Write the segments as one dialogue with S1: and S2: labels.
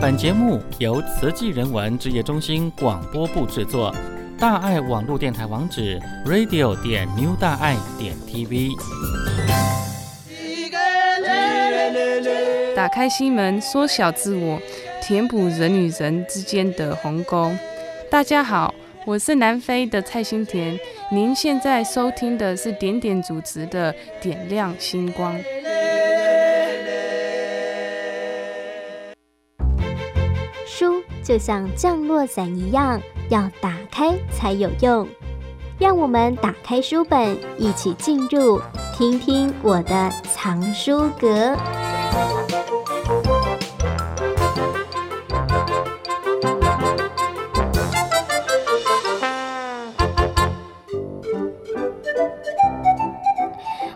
S1: 本节目由慈济人文职业中心广播部制作，大爱网络电台网址 radio 点 new 大爱点 tv。
S2: 打开心门，缩小自我，填补人与人之间的鸿沟。大家好，我是南非的蔡新田，您现在收听的是点点主持的《点亮星光》。
S3: 书就像降落伞一样，要打开才有用。让我们打开书本，一起进入，听听我的藏书阁。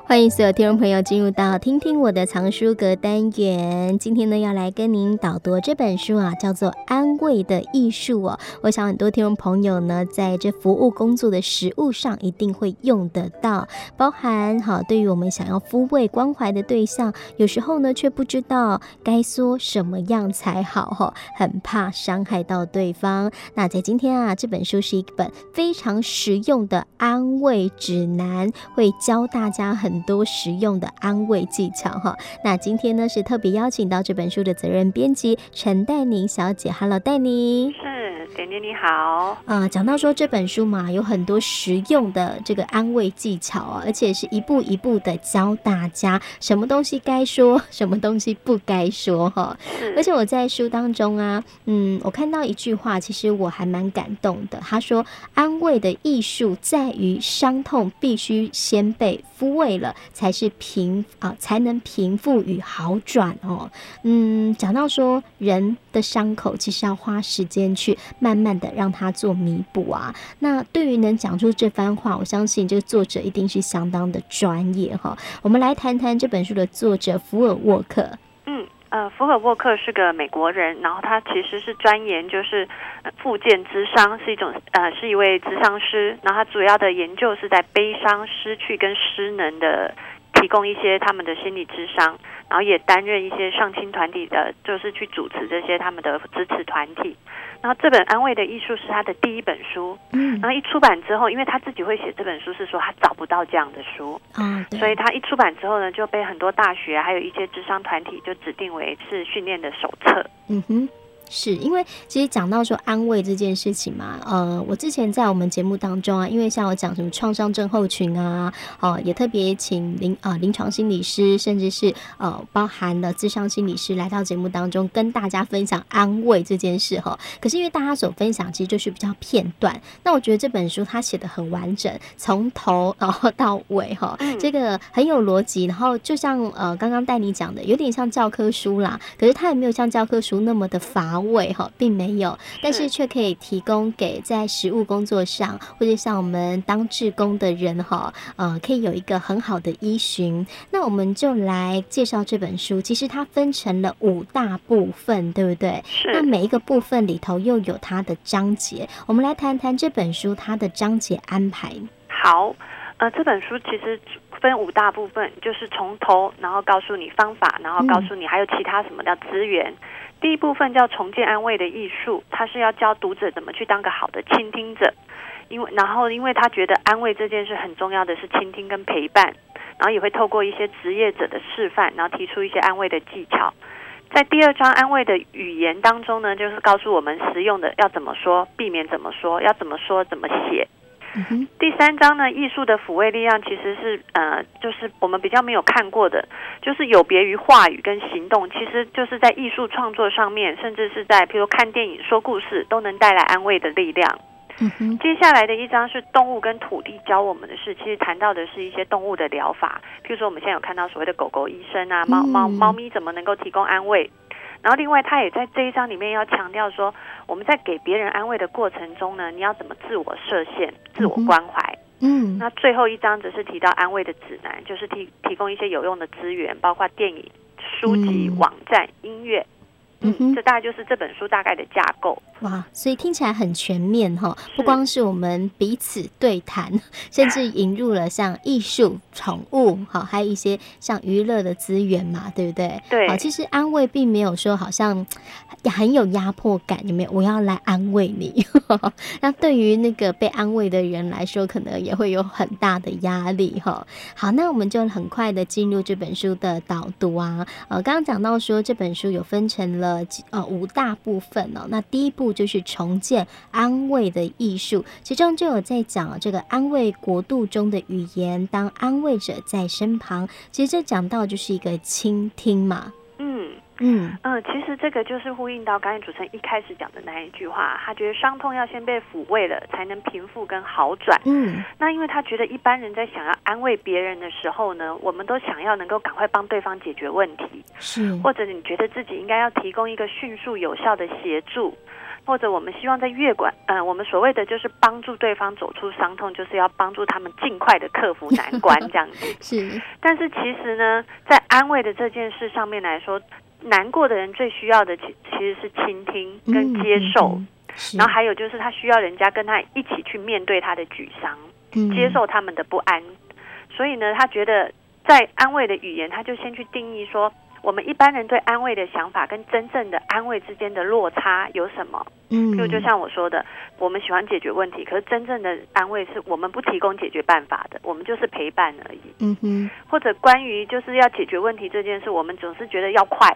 S3: 欢迎所有听众朋友进入到“听听我的藏书阁”单元。今天呢，要来跟您导读这本书啊，叫做《安慰的艺术》哦。我想很多听众朋友呢，在这服务工作的实务上一定会用得到，包含哈，对于我们想要抚慰关怀的对象，有时候呢却不知道该说什么样才好哈，很怕伤害到对方。那在今天啊，这本书是一本非常实用的安慰指南，会教大家很多实用的安慰技巧哈。那今天呢，是特别邀请到这本书的责任编辑陈黛宁小姐，Hello，黛宁。
S4: 是，点点嗯你好，
S3: 呃，讲到说这本书嘛，有很多实用的这个安慰技巧啊，而且是一步一步的教大家什么东西该说，什么东西不该说哈。
S4: 是，
S3: 而且我在书当中啊，嗯，我看到一句话，其实我还蛮感动的。他说：“安慰的艺术在于伤痛必须先被抚慰了，才是平啊、才能平复与好转哦。”嗯，讲到说人的伤口，其实要花时间去慢慢的让它做弥补啊。那对于能讲出这番话，我相信这个作者一定是相当的专业哈、我们来谈谈这本书的作者福尔沃克。
S4: 嗯。呃，福尔沃克是个美国人，然后他其实是专研就是呃复健咨商，是一种呃是一位咨商师，然后他主要的研究是在悲伤、失去跟失能的提供一些他们的心理咨商，然后也担任一些上亲团体的，就是去主持这些他们的支持团体。然后这本《安慰的艺术》是他的第一本书，
S3: 嗯
S4: 然后一出版之后，因为他自己会写这本书，是说他找不到这样的书，
S3: 啊，对，
S4: 所以他一出版之后呢，就被很多大学还有一些智商团体就指定为是训练的手册。
S3: 嗯哼，是因为其实讲到说安慰这件事情嘛，呃，我之前在我们节目当中啊，因为像我讲什么创伤症候群啊，哦、也特别请临呃临床心理师，甚至是呃包含了智商心理师来到节目当中跟大家分享安慰这件事哈。可是因为大家所分享其实就是比较片段，那我觉得这本书它写的很完整，从头然后到尾哈，
S4: 嗯
S3: 这个很有逻辑。然后就像呃刚刚带你讲的，有点像教科书啦，可是它也没有像教科书那么的乏味哈，并没有，但是却可以提供给在实务工作上或者像我们当志工的人哈，呃，可以有一个很好的依循。那我们就来介绍这本书，其实它分成了五大部分，对不对？那
S4: 是
S3: 每一个部分里头又有它的章节，我们来谈谈这本书它的章节安排。
S4: 好，呃，这本书其实分五大部分，就是从头，然后告诉你方法，然后告诉你还有其他什么的资源。第一部分叫重建安慰的艺术，它是要教读者怎么去当个好的倾听者，因为然后因为他觉得安慰这件事很重要的是倾听跟陪伴，然后也会透过一些职业者的示范，然后提出一些安慰的技巧。在第二章安慰的语言当中呢，就是告诉我们实用的要怎么说，避免怎么说，要怎么说，怎么写。
S3: 嗯哼，
S4: 第三章呢，艺术的抚慰力量其实是呃，就是我们比较没有看过的，就是有别于话语跟行动，其实就是在艺术创作上面，甚至是在譬如看电影、说故事，都能带来安慰的力量。
S3: 嗯哼。
S4: 接下来的一章是动物跟土地教我们的事，其实谈到的是一些动物的疗法，譬如说我们现在有看到所谓的狗狗医生啊，猫猫
S3: 嗯
S4: 猫咪怎么能够提供安慰。然后，另外，他也在这一章里面要强调说，我们在给别人安慰的过程中呢，你要怎么自我设限、自我
S3: 嗯哼
S4: 关怀。
S3: 嗯，
S4: 那最后一章则是提到安慰的指南，就是提提供一些有用的资源，包括电影、书籍、
S3: 嗯
S4: 网站、音乐。
S3: 嗯哼
S4: 这大概就是这本书大概的架构。
S3: 哇，所以听起来很全面哈，不光是我们彼此对谈，甚至引入了像艺术、宠物，好，还有一些像娱乐的资源嘛，对不对？
S4: 对
S3: 好，其实安慰并没有说好像也很有压迫感，有没有？我要来安慰你。 那对于那个被安慰的人来说，可能也会有很大的压力哈。好，那我们就很快的进入这本书的导读啊。呃，刚刚讲到说这本书有分成了几呃五大部分哦。那第一步就是重建安慰的艺术，其中就有在讲这个安慰国度中的语言，当安慰者在身旁，其实这讲到就是一个倾听嘛。
S4: 嗯。
S3: 嗯
S4: 嗯，其实这个就是呼应到刚才主持人一开始讲的那一句话，他觉得伤痛要先被抚慰了，才能平复跟好转。
S3: 嗯，
S4: 那因为他觉得一般人在想要安慰别人的时候呢，我们都想要能够赶快帮对方解决问题，
S3: 是，
S4: 或者你觉得自己应该要提供一个迅速有效的协助，或者我们希望在月管，嗯、我们所谓的就是帮助对方走出伤痛，就是要帮助他们尽快的克服难关 这样子。
S3: 是，
S4: 但是其实呢，在安慰的这件事上面来说，难过的人最需要的其其实是倾听跟接受，
S3: 嗯，嗯嗯是
S4: 然后还有就是他需要人家跟他一起去面对他的沮丧。
S3: 嗯
S4: 接，受他们的不安。所以呢，他觉得在安慰的语言，他就先去定义说，我们一般人对安慰的想法跟真正的安慰之间的落差有什么？
S3: 嗯，嗯
S4: 就就像我说的，我们喜欢解决问题，可是真正的安慰是我们不提供解决办法的，我们就是陪伴而已。
S3: 嗯哼，
S4: 或者关于就是要解决问题这件事，我们总是觉得要快。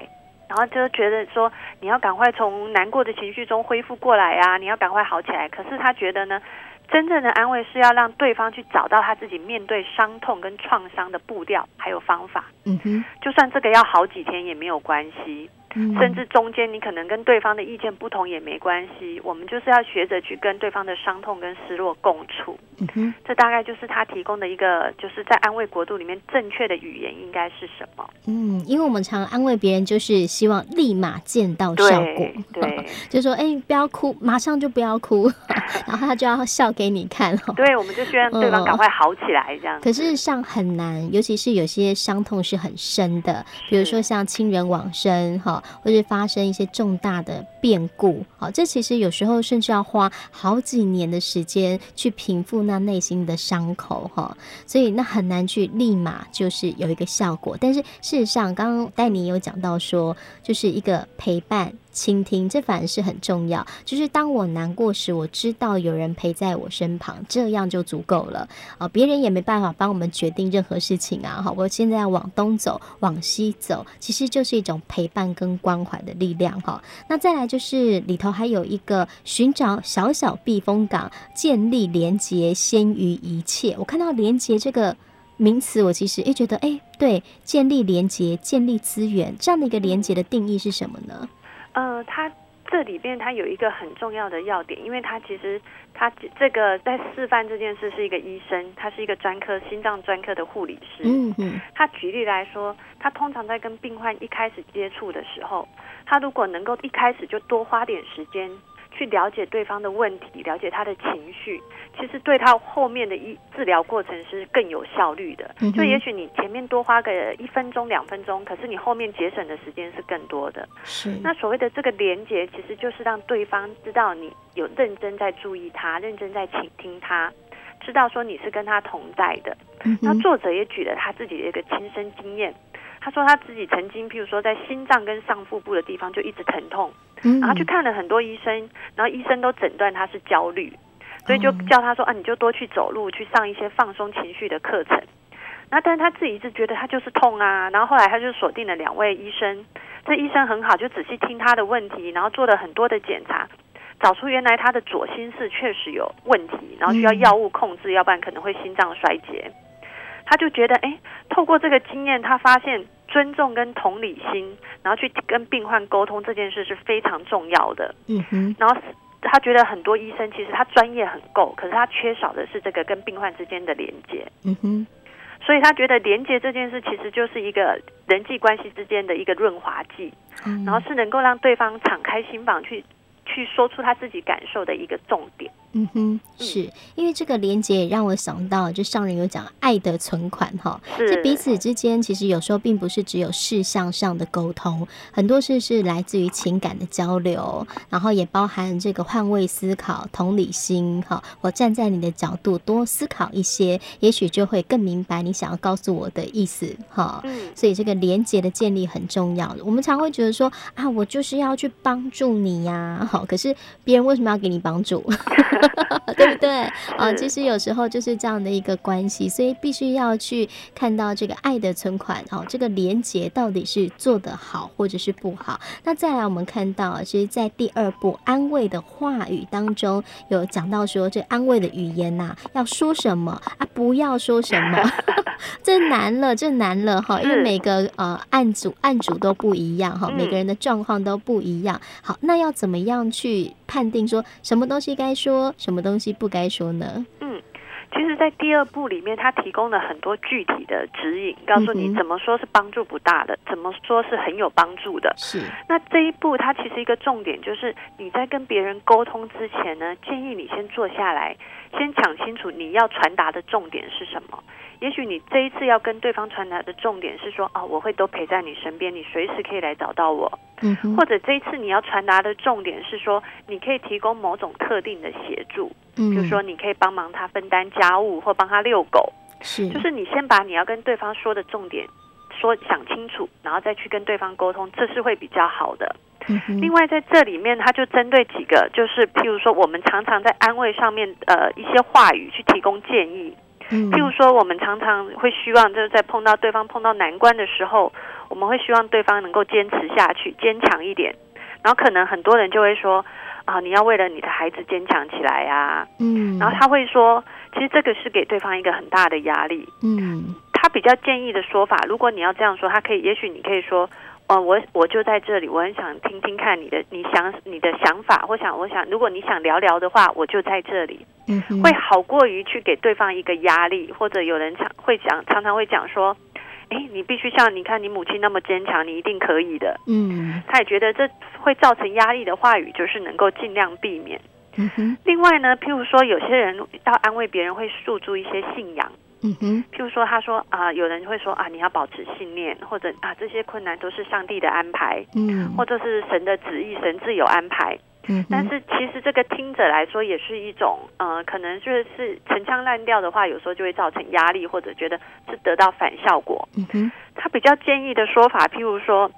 S4: 然后就觉得说你要赶快从难过的情绪中恢复过来啊，你要赶快好起来。可是他觉得呢，真正的安慰是要让对方去找到他自己面对伤痛跟创伤的步调还有方法，
S3: 嗯哼，
S4: 就算这个要好几天也没有关系，
S3: 嗯
S4: 甚至中间你可能跟对方的意见不同也没关系。我们就是要学着去跟对方的伤痛跟失落共处。
S3: 嗯哼，
S4: 这大概就是他提供的一个，就是在安慰国度里面正确的语言应该是什么？
S3: 嗯，因为我们常安慰别人，就是希望立马见到效果
S4: 对。 对
S3: 就说：“哎、不要哭，马上就不要哭。” 然后他就要笑给你看哦。
S4: 对，我们就希望对方赶快好起来，这样。
S3: 可是像很难，尤其是有些伤痛是很深的，比如说像亲人往生哈，或是发生一些重大的变故，好，这其实有时候甚至要花好几年的时间去平复那内心的伤口哈，所以那很难去立马就是有一个效果。但是事实上，刚刚戴尼有讲到说，就是一个陪伴。倾听，这反而是很重要。就是当我难过时，我知道有人陪在我身旁，这样就足够了。啊，别人也没办法帮我们决定任何事情啊。好，我现在要往东走，往西走，其实就是一种陪伴跟关怀的力量哈。那再来就是里头还有一个寻找小小避风港，建立连结先于一切。我看到连结这个。名词，我其实也觉得，哎、对，建立连结、建立资源这样的一个连结的定义是什么呢？嗯
S4: 呃，他这里边他有一个很重要的要点，因为他其实他这个在示范这件事是一个医生，他是一个专科心脏专科的护理师。
S3: 嗯哼，
S4: 他举例来说，他通常在跟病患一开始接触的时候，他如果能够一开始就多花点时间去了解对方的问题，了解他的情绪，其实对他后面的医治疗过程是更有效率的
S3: 嗯哼。
S4: 就也许你前面多花个一分钟、两分钟，可是你后面节省的时间是更多的。
S3: 是
S4: 那所谓的这个连接，其实就是让对方知道你有认真在注意他，认真在倾听他，知道说你是跟他同在的。
S3: 嗯
S4: 那
S3: 哼
S4: 作者也举了他自己的一个亲身经验，他说他自己曾经，譬如说在心脏跟上腹部的地方就一直疼痛，
S3: 嗯
S4: 然后去看了很多医生，然后医生都诊断他是焦虑，所以就
S3: 哦
S4: 叫他说啊，你就多去走路，去上一些放松情绪的课程。然后，但是他自己一直觉得他就是痛啊，然后后来他就锁定了两位医生，这医生很好，就仔细听他的问题，然后做了很多的检查，找出原来他的左心室确实有问题，然后需要
S3: 嗯
S4: 药物控制，要不然可能会心脏衰竭。他就觉得，哎，透过这个经验，他发现尊重跟同理心，然后去跟病患沟通这件事是非常重要的。
S3: 嗯哼，
S4: 然后是他觉得很多医生其实他专业很够，可是他缺少的是这个跟病患之间的连接，
S3: 嗯哼，
S4: 所以他觉得连接这件事其实就是一个人际关系之间的一个润滑剂，
S3: 嗯
S4: 然后是能够让对方敞开心房去去说出他自己感受的一个重点。
S3: 嗯哼，是因为这个连接也让我想到，就上人有讲爱的存款哈，
S4: 是
S3: 这彼此之间其实有时候并不是只有事项上的沟通，很多事是来自于情感的交流，然后也包含这个换位思考、同理心哈。我站在你的角度多思考一些，也许就会更明白你想要告诉我的意思哈。
S4: 嗯，
S3: 所以这个连接的建立很重要。我们常会觉得说啊，我就是要去帮助你呀、好，可是别人为什么要给你帮助？对 不对？啊，
S4: 是
S3: 其实有时候就是这样的一个关系，所以必须要去看到这个爱的存款，哦，这个连接到底是做得好或者是不好。那再来，我们看到，啊其实，在第二步安慰的话语当中，有讲到说，这安慰的语言呐、要说什么啊，不要说什么， 这难了，这难了哈，因为
S4: 是
S3: 每个呃案主案主都不一样哈，每个
S4: 嗯
S3: 人的状况都不一样。好，那要怎么样去判定说什么东西该说，什么东西不该说呢？
S4: 其实，在第二步里面，他提供了很多具体的指引，告诉
S3: 嗯
S4: 你
S3: 哼
S4: 怎么说是帮助不大的，怎么说是很有帮助的。
S3: 是，
S4: 那这一步，它其实一个重点就是你在跟别人沟通之前呢，建议你先坐下来，先讲清楚你要传达的重点是什么。也许你这一次要跟对方传达的重点是说，哦，我会都陪在你身边，你随时可以来找到我。
S3: 嗯哼，
S4: 或者这一次你要传达的重点是说，你可以提供某种特定的协助，比
S3: 比
S4: 如说你可以帮忙他分担家务或帮他遛狗，
S3: 是，
S4: 就是你先把你要跟对方说的重点说想清楚，然后再去跟对方沟通，这是会比较好的。
S3: 嗯哼
S4: 另外在这里面，它就针对几个，就是譬如说我们常常在安慰上面，呃，一些话语去提供建议。
S3: 嗯
S4: 譬如说，我们常常会希望就是在碰到对方碰到难关的时候，我们会希望对方能够坚持下去，坚强一点。然后可能很多人就会说啊，你要为了你的孩子坚强起来啊。
S3: 嗯，
S4: 然后他会说，其实这个是给对方一个很大的压力。
S3: 嗯
S4: 他比较建议的说法，如果你要这样说，他可以，也许你可以说，哦，我我就在这里，我很想听听看你的，你想你的想法，或想我想，如果你想聊聊的话，我就在这里，
S3: 嗯哼
S4: 会好过于去给对方一个压力，或者有人常会讲，常常会讲说，哎，你必须像你看你母亲那么坚强，你一定可以的。
S3: 嗯
S4: 他也觉得这会造成压力的话语，就是能够尽量避免。
S3: 嗯哼
S4: 另外呢，譬如说有些人要安慰别人，会诉诸一些信仰。
S3: 嗯哼
S4: 譬如说，他说啊、有人会说啊，你要保持信念，或者啊，这些困难都是上帝的安排，
S3: 嗯，
S4: 或者是神的旨意，神自有安排。
S3: 嗯哼
S4: 但是其实这个听者来说，也是一种呃，可能就是陈腔滥调的话，有时候就会造成压力，或者觉得是得到反效果。
S3: 嗯哼
S4: 他比较建议的说法，譬如说，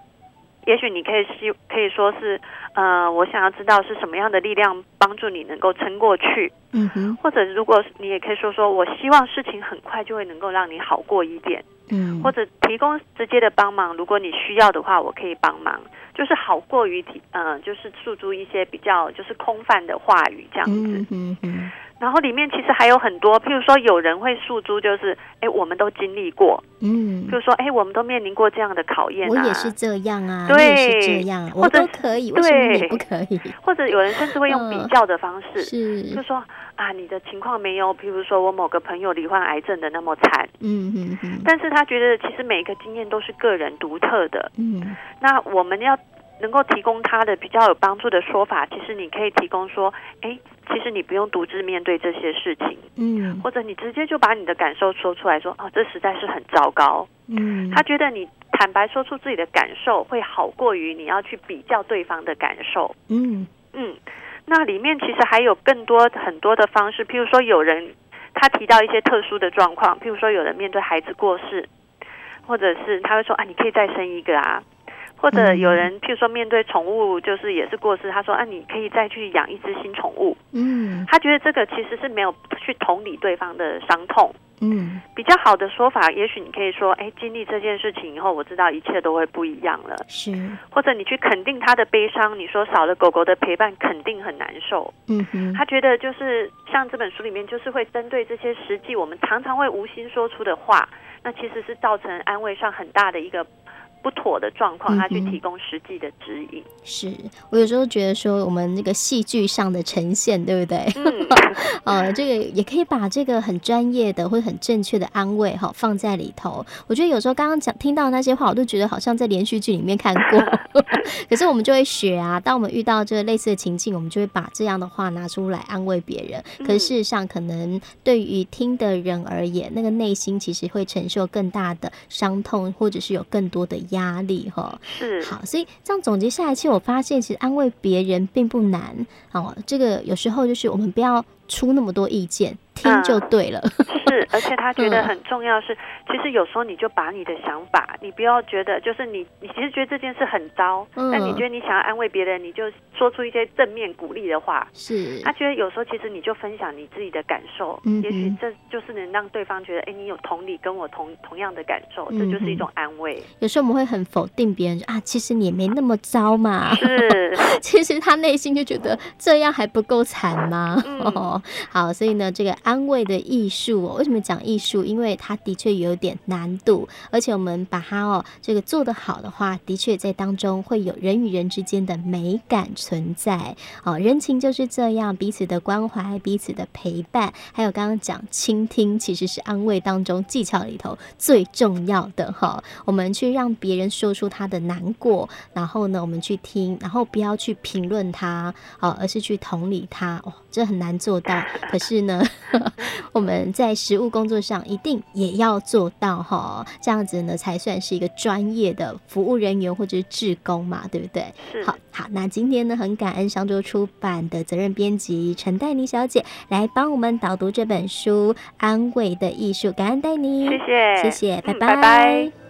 S4: 也许你可以希可以说是呃，我想要知道是什么样的力量帮助你能够撑过去，
S3: 嗯哼
S4: 或者如果是你也可以说说，我希望事情很快就会能够让你好过一点。
S3: 嗯，
S4: 或者提供直接的帮忙，如果你需要的话，我可以帮忙，就是好过于提，呃，就是诉诸一些比较就是空泛的话语这样子。
S3: 嗯哼嗯
S4: 然后里面其实还有很多，譬如说有人会诉诸就是，哎，我们都经历过，
S3: 嗯
S4: 譬。如说，哎，我们都面临过这样的考验
S3: 我
S4: 啊，
S3: 也是这样啊，我也是这
S4: 对
S3: 样啊，
S4: 或
S3: 我
S4: 者
S3: 都可以，为什么你
S4: 对
S3: 不可以？
S4: 或者有人甚至会用比
S3: 嗯，
S4: 较的方式，就是说啊，你的情况没有，譬如说我某个朋友罹患癌症的那么惨，
S3: 嗯哼哼，
S4: 但是他觉得其实每个经验都是个人独特的，
S3: 嗯
S4: 那我们要能够提供他的比较有帮助的说法，其实你可以提供说，哎，其实你不用独自面对这些事情，
S3: 嗯
S4: 或者你直接就把你的感受说出来说，哦，这实在是很糟糕。
S3: 嗯，
S4: 他觉得你坦白说出自己的感受，会好过于你要去比较对方的感受。
S3: 嗯
S4: 嗯，那里面其实还有更多很多的方式，譬如说有人他提到一些特殊的状况，譬如说有人面对孩子过世，或者是他会说啊，你可以再生一个啊。或者有人，譬如说面对宠物，就是也是过世，他说啊，你可以再去养一只新宠物。
S3: 嗯
S4: 他觉得这个其实是没有去同理对方的伤痛。
S3: 嗯
S4: 比较好的说法，也许你可以说，哎，经历这件事情以后，我知道一切都会不一样了。
S3: 是，
S4: 或者你去肯定他的悲伤，你说少了狗狗的陪伴，肯定很难受。
S3: 嗯哼，
S4: 他觉得就是像这本书里面，就是会针对这些实际我们常常会无心说出的话，那其实是造成安慰上很大的一个不妥的状况，他去
S3: 嗯哼
S4: 提供实际的指引。
S3: 是我有时候觉得说，我们那个戏剧上的呈现，对不对？
S4: 嗯，
S3: 呃，这个也可以把这个很专业的或者很正确的安慰哈、放在里头。我觉得有时候刚刚讲听到那些话，我都觉得好像在连续剧里面看过， 可是我们就会学啊。当我们遇到这类似的情境，我们就会把这样的话拿出来安慰别人。可是
S4: 嗯
S3: 事实上，可能对于听的人而言，那个内心其实会承受更大的伤痛，或者是有更多的压力哈、
S4: 是，
S3: 好，所以这样总结下来，其实我发现，其实安慰别人并不难哦。这个有时候就是我们不要出那么多意见，听就
S4: 嗯
S3: 对了。
S4: 是，而且他觉得
S3: 嗯
S4: 很重要是，其实有时候你就把你的想法，你不要觉得就是你，你其实觉得这件事很糟，
S3: 嗯
S4: 但你觉得你想要安慰别人，你就说出一些正面鼓励的话。
S3: 是
S4: 他啊觉得有时候其实你就分享你自己的感受，
S3: 嗯哼
S4: 也许这就是能让对方觉得，哎，你有同理，跟我同同样的感受，这就是一种安慰。
S3: 有时候我们会很否定别人，说啊，其实你也没那么糟嘛。
S4: 是，
S3: 其实他内心就觉得这样还不够惨吗？
S4: 嗯
S3: 哦， 好，所以呢，这个安慰的艺术、哦，为什么讲艺术？因为它的确有点难度，而且我们把它哦这个做得好的话，的确在当中会有人与人之间的美感存在。哦，人情就是这样，彼此的关怀，彼此的陪伴，还有刚刚讲倾听，其实是安慰当中技巧里头最重要的哈、我们去让别人说出他的难过，然后呢，我们去听，然后不要去评论他哦，而是去同理他。哦，这很难做 到，可是呢， 我们在实务工作上一定也要做到哈、这样子呢才算是一个专业的服务人员或者是志工嘛，对不对？
S4: 是，
S3: 好好，那今天呢，很感恩商周出版的责任编辑陈黛妮小姐来帮我们导读这本书《安慰的艺术》，感恩黛妮，
S4: 谢谢，
S3: 谢谢，
S4: 嗯拜拜